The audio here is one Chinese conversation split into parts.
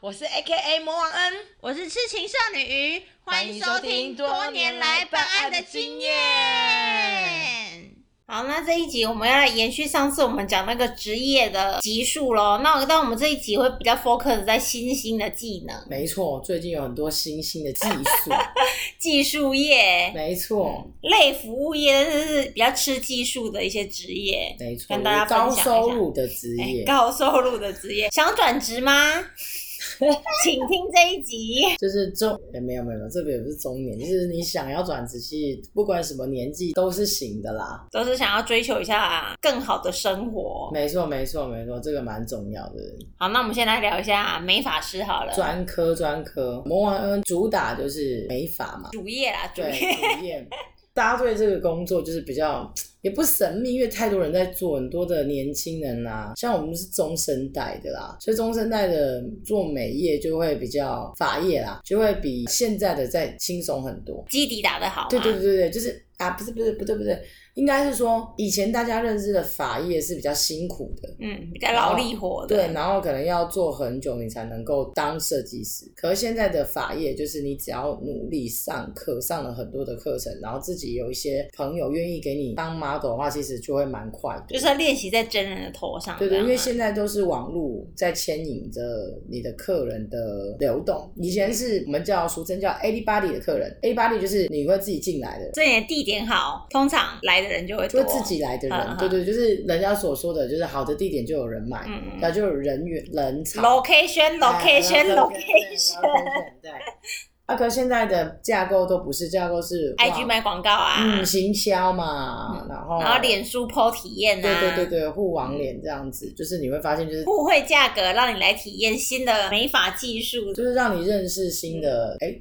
我是 A K A 魔王恩，我是痴情少女鱼，欢迎收听多多年年来来办办案案的的经经验验。好，那这一集我们要来延续上次我们讲那个职业的集数咯。那但我们这一集会比较 focus 在新兴的技能、没错，最近有很多新兴的技 术，技术业、没错，类服务业，但是是比较吃技术的一些职业，没错，跟大家分享高一下收入的职业哎，高收入的职业。想转职吗？ 请听这一集。就是中，哎没有没有没有，这个也不是中年，就是你想要转职系，不管什么年纪都是行的啦。都是想要追求一下更好的生活。没错没错没错，这个蛮重要的。好，那我们先来聊一下美发师好了，专科专科，魔王恩主打就是美发嘛，主业啦，主对，业。主业。大家对这个工作就是比较也不神秘，因为太多人在做，很多的年轻人啊，像我们是中生代的啦，所以中生代的做美业就会比较法业啦，就会比现在的再轻松很多。基底打得好嘛，对对对对，对就是啊，不是不是不对不对，应该是说以前大家认知的法业是比较辛苦的，嗯，比较劳力活的，对，然后可能要做很久，你才能够当设计师。可是现在的法业就是你只要努力上课，上了很多的课程，然后自己有一些朋友愿意给你当 model 的话，其实就会蛮快的。就是要练习在真人的头上，对这对，样啊因吗为现在都是网络在牵引着你的客人的流动。以前是我们叫俗称叫 A B body 的客人，A B body 就是你会自己进来的，这里的地点好，通常来的人就会就多，是自己来的人，嗯嗯对对，就是人家所说的，就是好的地点就有人买，嗯嗯然后就有人员人潮。 location 哎 location 然后对 location。对。啊，可现在的架构都不是架构是 IG 买买广告啊，嗯行销嘛，嗯然后然后脸书 PO 体验对啊，对对对互网脸这样子，就是你会发现就是互惠价格让你来体验新的美发技术，就是让你认识新嗯的哎。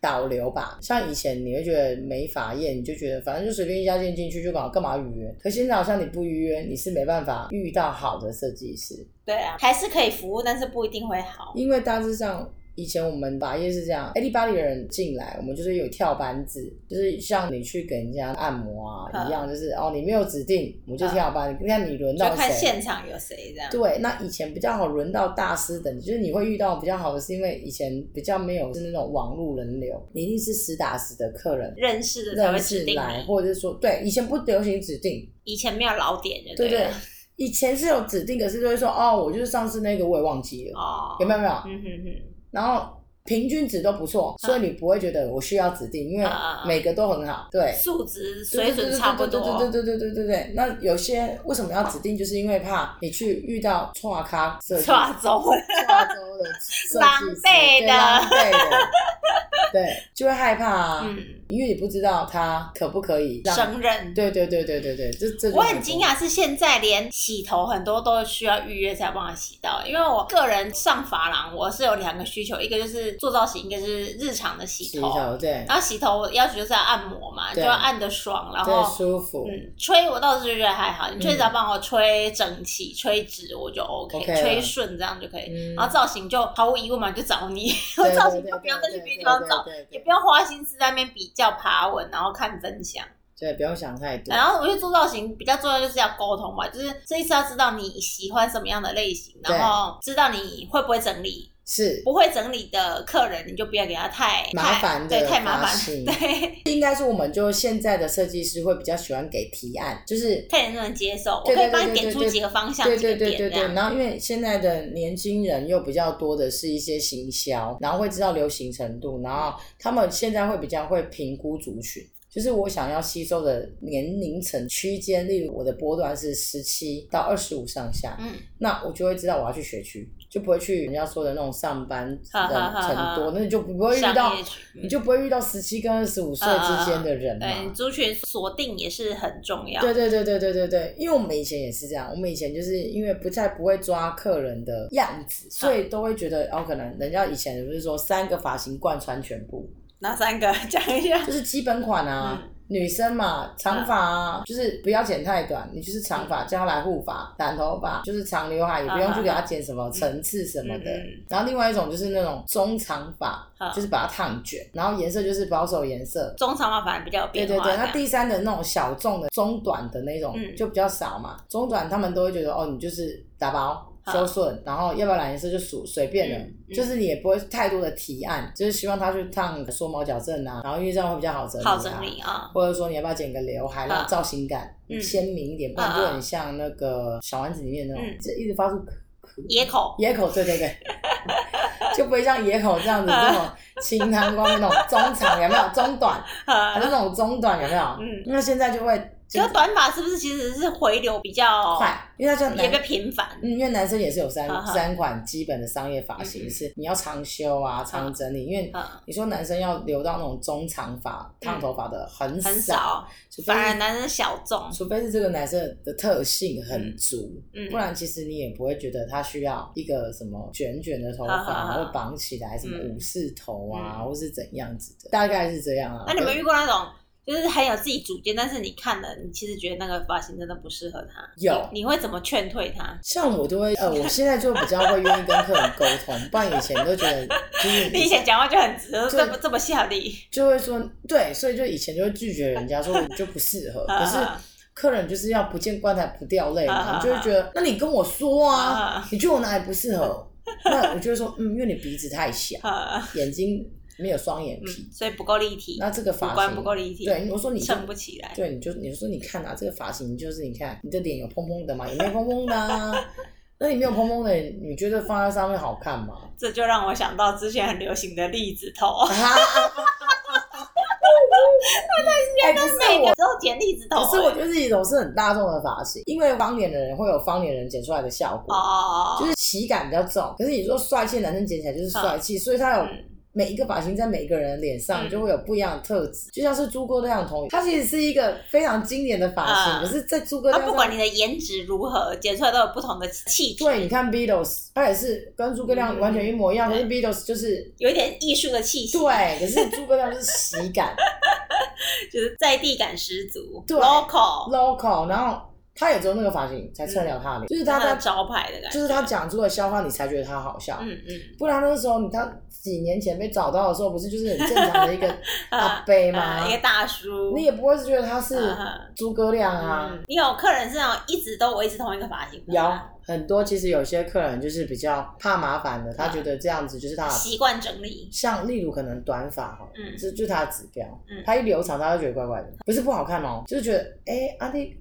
导流吧，像以前你会觉得美发业，你就觉得反正就随便一家店进去就搞干嘛预约。可现在好像你不预约，你是没办法遇到好的设计师。对啊，还是可以服务，但是不一定会好。因为大致上以前我们把业是这样，A D 八里的人进来，我们就是有跳班制，就是像你去给人家按摩啊嗯一样，就是哦你没有指定，我们就跳班，你看你轮就到看谁。现场有谁这样，对，那以前比较好轮到大师等，就是你会遇到比较好的，是因为以前比较没有是那种网路人流，你一定是实打实的客人认识的才认会指识定来，你。或者是说对以前不流行指定，以前没有老点就对对对了，，以前是有指定，可是就会说哦我就是上次那个我也忘记了，哦，有没有没有？嗯哼哼，然后平均值都不错，所以你不会觉得我需要指定，因为啊每个都很好，对，素质水准差不对多，对对对对对对对。那有些为什么要指定，就是因为怕你去遇到错咖设计师、抓走了，跨州的设计师狼狈的对狼狈的，对，就会害怕啊，嗯，因为你不知道他可不可以让。胜任。对对对对对对，这这就我是很惊讶，是现在连洗头很多都需要预约才帮他洗到，因为我个人上发廊，我是有两个需求，一个就是做造型，一个是日常的洗洗头。头对然后洗头我要求就是要按摩嘛，就对要按的爽，然对后舒服，嗯，吹我倒是觉得还好，嗯你吹只要帮我吹整齐、吹直，我就 OK，, OK 吹了顺这样就可以。嗯然后造型就毫无疑问嘛，就找你， 对对造型对就不要再去别的地对方对找，对对也不用花心思在那边比较爬文，然后看分享。对，不用想太多，然后我觉得做造型比较重要就是要沟通嘛，就是这一次要知道你喜欢什么样的类型，对然后知道你会不会整理。是不会整理的客人，你就不要给他太麻烦太的对，太麻发烦，型对， 应该是我们就现在的设计师会比较喜欢给提案，就是看你能不能接受。对对我可以帮你对对点出对几个方向，对几个对对对点这对。样。然后因为现在的年轻人又比较多的是一些行销，然后会知道流行程度，然后他们现在会比较会评估族群。就是我想要吸收的年龄层区间，例如我的波段是十七到二十五上下，嗯，那我就会知道我要去学区，就不会去人家说的那种上班人哈哈哈很哈多，那你就不会遇商到业，区嗯你就不会遇到十七跟二十五岁之间的人嘛。对族群锁定也是很重要。对对对对对对对，因为我们以前也是这样，我们以前就是因为不太不会抓客人的样子，所嗯以都会觉得哦，可能人家以前不是说三个发型贯穿全部，哪三个 讲一下？就是基本款啊。嗯女生嘛，长发啊，就是不要剪太短，你就是长嗯发，叫她来护发、染头发，就是长刘海，也不用去给她剪什么层次什么的嗯嗯。然后另外一种就是那种中长发好，就是把它烫卷，然后颜色就是保守颜色，中长发反而比较有对变对化对，这那样。第三的那种小众的中短的那种、嗯就比较少嘛，中短他们都会觉得哦，你就是打包，嗯修顺，然后要不要染颜色就随随便了，嗯嗯就是你也不会太多的提案，就是希望他去烫缩毛矫正啊，然后因为这样会比较好整理、啊，好整理啊。或者说你要不要剪个刘海，让嗯造型感嗯鲜明一点，不然就很像那个小丸子里面那种嗯，这一直发出咳咳野口，野口，对 对对，就不会像野口这样子这种清汤光面那种中长有没有中短，还呃是，啊那种中短有没有？嗯，那现在就会就可是短发是不是其实是回流比较快，因为它就也比较男。频繁？嗯，因为男生也是有三嗯嗯三款基本的商业发型，嗯是你要长修啊、长整理，因为嗯，你说男生要留到那种中长发、烫头发的很很少，除非反而是男生小众。除非是这个男生的特性很足，嗯嗯不然其实你也不会觉得他需要一个什么卷卷的头好好发，好或绑起来什么啊嗯武士头啊，嗯或是怎样子的，大概是这样啊。那你们对遇过那种就是很有自己主见，但是你看了，你其实觉得那个发型真的不适合他，有你你会怎么劝退 他？像我就会，呃，我现在就比较会愿意跟客人沟通，不然以前都觉得就是 你以前讲话就很直，这么这么效力，就会说对，所以就以前就会拒绝人家说我就不适合，可是。啊客人就是要不见棺材不掉泪嘛，啊你就会觉得，那你跟我说啊啊，你觉得我哪里不适合？那我就会说，嗯，因为你鼻子太小，啊眼睛没有双眼嗯皮，，所以不够立体，那这个五发官型不够立体，对，我说你就撑不起来。对，你就你说你看啊，这个发型就是你看你的脸有蓬蓬的嘛，也没有蓬蓬的啊。 那你没有蓬蓬的，你觉得放在上面好看吗？ 这就让我想到之前很流行的栗子头，哎，不是 每我个都剪栗子头、可是我觉得这种是很大众的发型，因为方脸的人会有方脸人剪出来的效果，哦，就是喜感比较重。可是你说帅气的男生剪起来就是帅气，所以他有嗯每一个发型在每一个人的脸上嗯就会有不一样的特质，就像是诸葛亮同，他其实是一个非常经典的发型，啊可是，在诸葛他亮不上管你的颜值如何，剪出来都有不同的气质，啊对，你看 Beatles，他也是跟诸葛亮嗯完全一模一样，可是对 Beatles 就是有一点艺术的气息，，对，可是诸葛亮就是喜 感就是在地感十足对，local， local，然后他也只有那个发型才衬了他的脸，就是他嗯它的他招牌的感觉，就是他讲出的笑话，你才觉得他好笑。嗯嗯不然那时候你他几年前被找到的时候，不是就是很正常的一个 阿啊伯哦吗啊，一？个大叔，你也不会觉得他是啊诸葛亮啊。嗯，你嗯有客人是那种一直都维持同一个发型的有吗，很多，其实有些客人就是比较怕麻烦的，他觉得这样子就是他的习惯整理，像例如可能短发哈，嗯这就是他的指标，嗯他一留长他就觉得怪怪的，不是不好看哦，就是觉得哎阿弟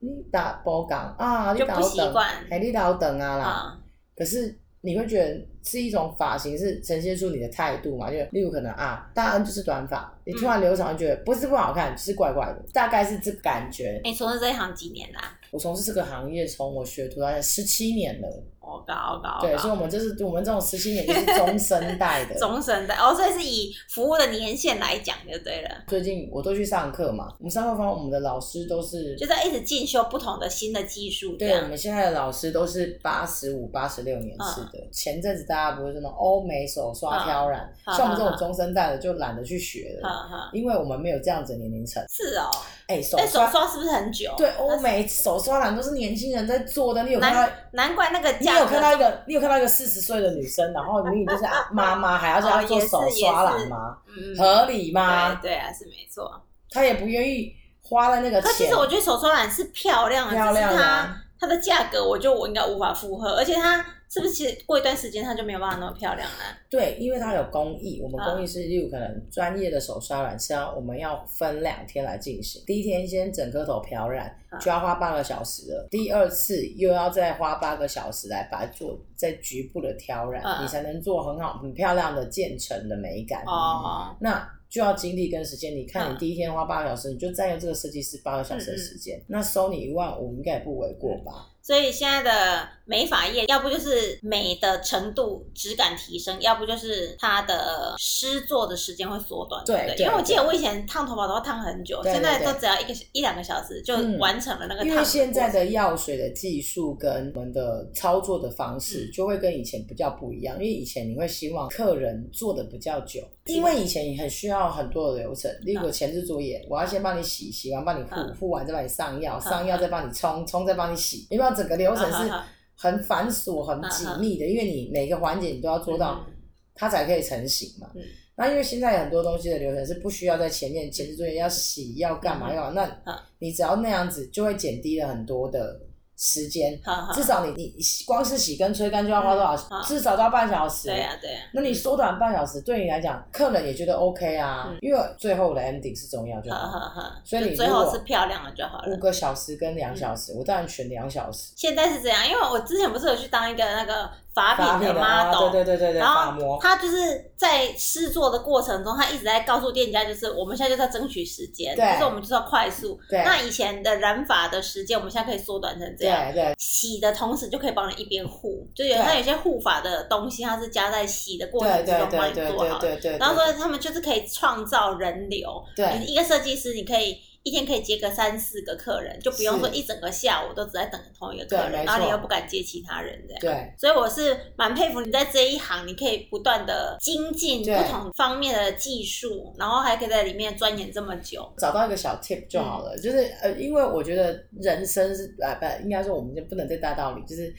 你打波港啊，你就打不好习等，惯哎你打好等啊啦，啊，可是你会觉得是一种发型是呈现出你的态度嘛，就例如可能啊大恩就是短发，你嗯突然留长就觉得不是不好看，就是怪怪的，大概是这个感觉。你哎从事这一行几年啦？我从事这个行业从我学徒到现在十七年了，我哦搞搞对，所搞，以我们就是我们这种十七年就是中生代 的，终身的哦，所以是以服务的年限来讲就对了，最近我都去上课嘛，我们上课方我们的老师都是，就是要一直进修不同的新的技术，这对我样们现在的老师都是八十五、八十六年次的。前阵子大家不是那种欧美手刷挑染，嗯像我们这种中生代的就懒得去学了，哈哈，因为我们没有这样子的年龄层。是哦，哎、手但手刷刷是不是很久？对欧美手刷染都是年轻人在做的，你有看到？难难怪那个你有价看到格一个，你有看到一个四十岁的女生，然后明明就是 啊妈妈，还要叫她哦做也是手刷也染是吗？嗯，嗯合理吗对？对啊，是没错。她也不愿意花在那个可其钱实。我觉得手刷染是漂亮的，漂亮只是啊它它的价格，我觉得我应该无法负荷，而且它是不是其实过一段时间它就没有办法那么漂亮了？对，因为它有工艺，我们啊工艺是例如可能专业的手刷染是要我们要分两天来进行，第一天先整颗头漂染，啊就要花八个小时了，第二次又要再花八个小时来把它做在局部的挑染，啊你才能做很好很漂亮的渐层的美感。哦，那就要精力跟时间，你看啊你第一天花八个小时，你就占用这个设计师八个嗯小时的时间，那收你一万五应该也不为过吧？所以现在的美发业，要不就是美的程度、质感提升，要不就是它的施作的时间会缩短，对不对？对因为我记得对我以前烫头发都要烫很久，对对现在对都只要一个一两个小时就嗯完成了那个烫因的过程。为现在的药水的技术跟我们的操作的方式，嗯就会跟以前比较不一样。因为以前你会希望客人做的比较久，因为以前你很需要很多的流程，例如前置作业，我要先帮你洗，洗完帮你护，嗯护完再帮你上药，上药再帮你冲，冲再帮你洗，因为它整个流程是啊很繁琐、很紧密的，因为你每个环节你都要做到嗯，它才可以成型嘛嗯。那因为现在很多东西的流程是不需要在前面前置作业要洗要干嘛嗯要干嘛，那嗯你只要那样子就会减低了很多的时间，好好，至少你你光是洗跟吹干就要花多少，嗯嗯好至少都要半小时。对啊呀、对呀、那你缩短半小时，对你来讲，客人也觉得 OK 啊，嗯因为最后的 ending 是重要就好好。好好，所以你就最如后果嗯是漂亮了就好五了。个小时跟两小时，我当然选两小时。现在是这样，因为我之前不是有去当一个那个法发品面的啊， model，对对对对对，然发后膜，他就是在试做的过程中，他一直在告诉店家，就是我们现在就在争取时间，对就是我们就是要快速。对那以前的染发的时间，我们现在可以缩短成这样。对对洗的同时就可以帮你一边护，就有对像有些护发的东西，它是加在洗的过程对对之中帮对你对做好的。对对对，然后说他们就是可以创造人流，对一个设计师你可以一天可以接个三四个客人，就不用是说一整个下午都只在等同一个客对没人，然后你错又不敢接其他人这样。对所以我是蛮佩服你在这一行，你可以不断的精进对不同方面的技术，然后还可以在里面钻研这么久。找到一个小 tip 就好嗯了，就是呃，因为我觉得人生是啊，不，应该说我们就不能再大道理，就是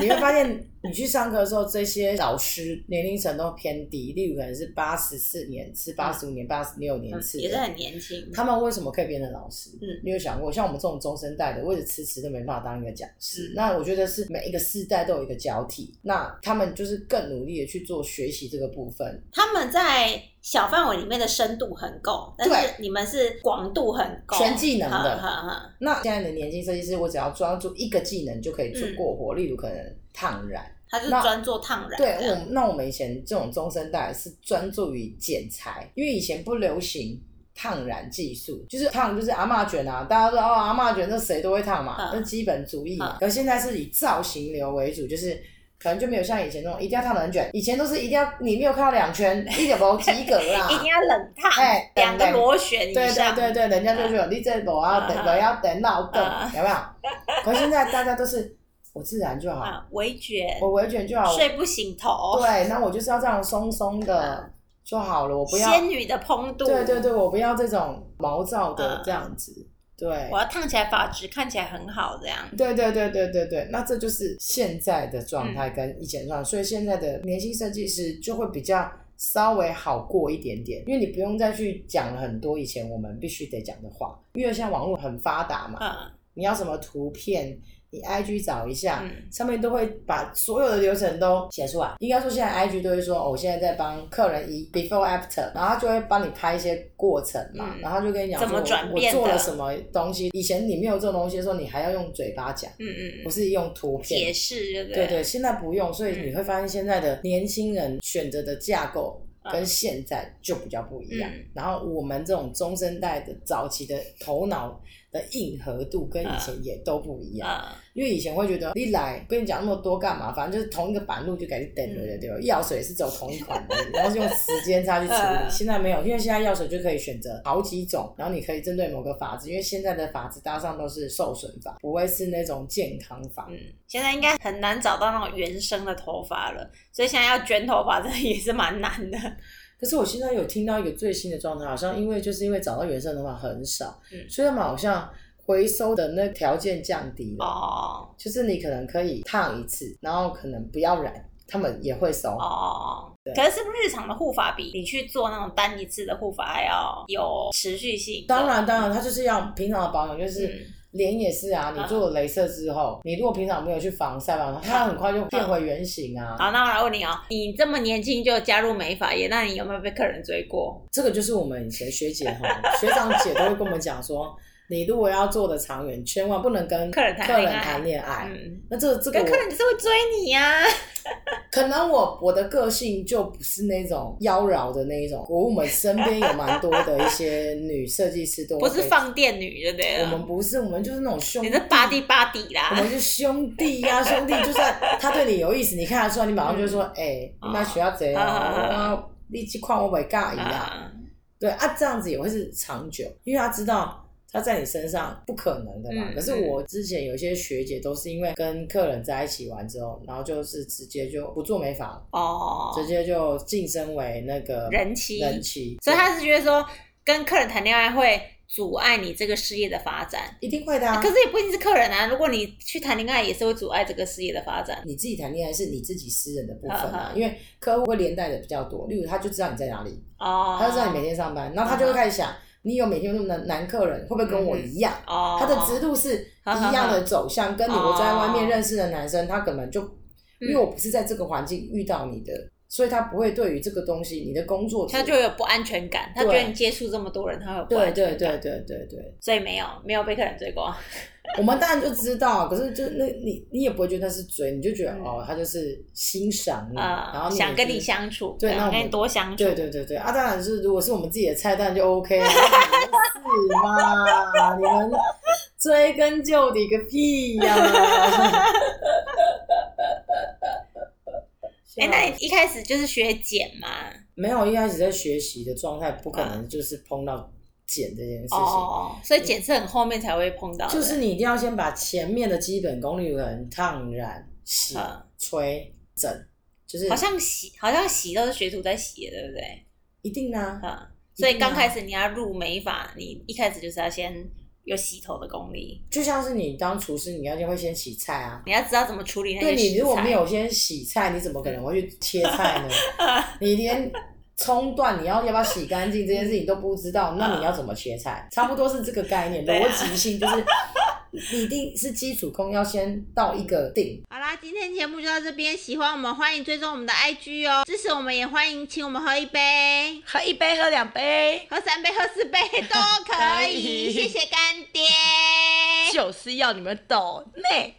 你会发现你去上课的时候，这些老师年龄层都偏低，例如可能是八十四年次、八十五年、八十六年嗯次的，也是很年轻，他们为什么可以变成老师？嗯你有想过，像我们这种中生代的，为了迟迟都没办法当一个讲师。嗯那我觉得是每一个世代都有一个交替，那他们就是更努力的去做学习这个部分。他们在小范围里面的深度很够，但是对你们是广度很够，全技能的哈哈哈那现在的年轻设计师，我只要专注一个技能就可以做嗯过活，例如可能烫染。他就是那专做烫染，对，我，们那我们以前这种中生代是专注于剪裁，因为以前不流行烫染技术，就是烫就是阿嬷卷啊，大家都说哦阿嬷卷，这谁都会烫嘛，嗯那、基本主义嘛。嗯可现在是以造型流为主，就是。可能就没有像以前那种一定要烫得很卷，以前都是一定要你没有看到两圈，一点不及格啊 啦。一定要冷烫，哎两个冷螺旋以对上，对对对，人家就觉得你这我要等，嗯我要等老等，嗯有没 有？可现在大家都是我自然就好，啊，微卷，我微卷就好，睡不啊醒头，对，那我就是要这样松松的就好了，我不要。仙女的蓬度，对对对，我不要这种毛躁的嗯这样子。对我，要烫起来发质看起来很好，这样。对对对对对对，那这就是现在的状态跟以前的状态，所以现在的年轻设计师就会比较稍微好过一点点，因为你不用再去讲很多以前我们必须得讲的话，因为现在网络很发达嘛，嗯你要什么图片，你 IG 找一下，嗯上面都会把所有的流程都写出来。应该说现在 IG 都会说，哦，我现在在帮客人一 before after，然后他就会帮你拍一些过程嘛，嗯然后就跟你讲怎么说转我变的做了什么东西。以前你没有这种东西的时候，你还要用嘴巴讲，嗯嗯嗯，不是用图解片。释对不对对嗯对，现在不用，所以你会发现现在的年轻人选择的架构跟现在就比较不一样。嗯然后我们这种中生代的早期的头脑的硬核度嗯跟以前也都不一样。啊，因为以前会觉得你来跟你讲那么多干嘛？反正就是同一个板路就给你等了的，对吧？药水是走同一款 的，然后是用时间差去处理。嗯现在没有，因为现在药水就可以选择好几种，然后你可以针对某个法子，因为现在的法子搭上都是受损法，不会是那种健康法。嗯，现在应该很难找到那种原生的头发了，所以现在要卷头发真的也是蛮难的。可是我现在有听到一个最新的状态，好像因为就是因为找到原生的话很少，嗯所以他们好像回收的那条件降低了，哦就是你可能可以烫一次，然后可能不要染，他们也会收。哦对，可是是不是日常的护发比你去做那种单一次的护发还要有持续性？当然，当然，它就是要平常的保养，就是嗯脸也是啊。你做了镭射之后，你如果平常没有去防晒嘛，它很快就变回原形啊。好，那我来问你哦，你这么年轻就加入美发业，那你有没有被客人追过？这个就是我们以前学姐哈、 学长姐都会跟我们讲说，你如果要做的长远，千万不能跟客人谈客人恋爱谈恋爱。嗯，那哎这这个跟我客人就是会追你啊呀、可能我我的个性就不是那种妖娆的那一种，我们身边有蛮多的一些女设计师都不会是放电女对不对我了？们不是我们就是那种兄你弟是巴蒂啊巴蒂我啦，们是兄弟呀、兄弟，就算他对你有意思，你看得出来，你马上就说，哎、你买学校这样，嗯啊我你这款我袂介意啦。啊，对啊，这样子也会是长久，因为他知道他在你身上不可能的嘛。嗯可是我之前有些学姐都是因为跟客人在一起玩之后，然后就是直接就不做美发了，哦，直接就晋升为那个人妻人妻，所以他是觉得说，跟客人谈恋爱会阻碍你这个事业的发展。一定会的、啊。可是也不一定是客人啊，如果你去谈恋爱，也是会阻碍这个事业的发展。你自己谈恋爱是你自己私人的部分嗯啊，嗯因为客户会连带的比较多，例如他就知道你在哪里，哦，嗯他就知道你每天上班，然后他就会开始想，你有每天有那么难男客人，会不会跟我一样？哦，他的直路是一样的走向，跟你我在外面认识的男生，他根本就嗯因为我不是在这个环境遇到你的，所以他不会对于这个东西，你的工作，他就有不安全感，他觉得你接触这么多人，他会有不对安全对感，对对对对，所以没有没有被客人追过，我们当然就知道，可是就那你你也不会觉得他是追，你就觉得、嗯哦，他就是欣赏你，嗯然呃，后想跟你你也是。相处，对那想我们跟你多相处对，对对对啊！当然是，如果是我们自己的菜单就 OK 了，不是嘛？你们追根究底个屁呀、 哎、那你一开始就是学剪嘛？没有一开始在学习的状态，不可能就是碰到剪这件事情。啊哦，所以剪是很后面才会碰到的，就是你一定要先把前面的基本功力很烫染、洗、嗯吹、整，就是好像洗，好像洗都是学徒在洗的，对不对？一定啊。啊、所以刚开始你要入美发，你一开始就是要先有洗头的功力，就像是你当厨师，你要先会先洗菜啊。你要知道怎么处理那对些你食如果没材。有先洗菜，你怎么可能会去切菜 呢？你连葱段你要要不要洗干净这件事情都不知道，那你要怎么切菜？差不多是这个概念，嗯对啊逻辑 性就是你一定是基础功要先到一个定，好啦，今天节目就到这边，喜欢我们欢迎追踪我们的 IG 哦，支持我们也欢迎请我们喝一杯、喝一杯，喝两杯，喝三杯、喝四 杯都可可以，以谢谢干爹。就是要你们懂内。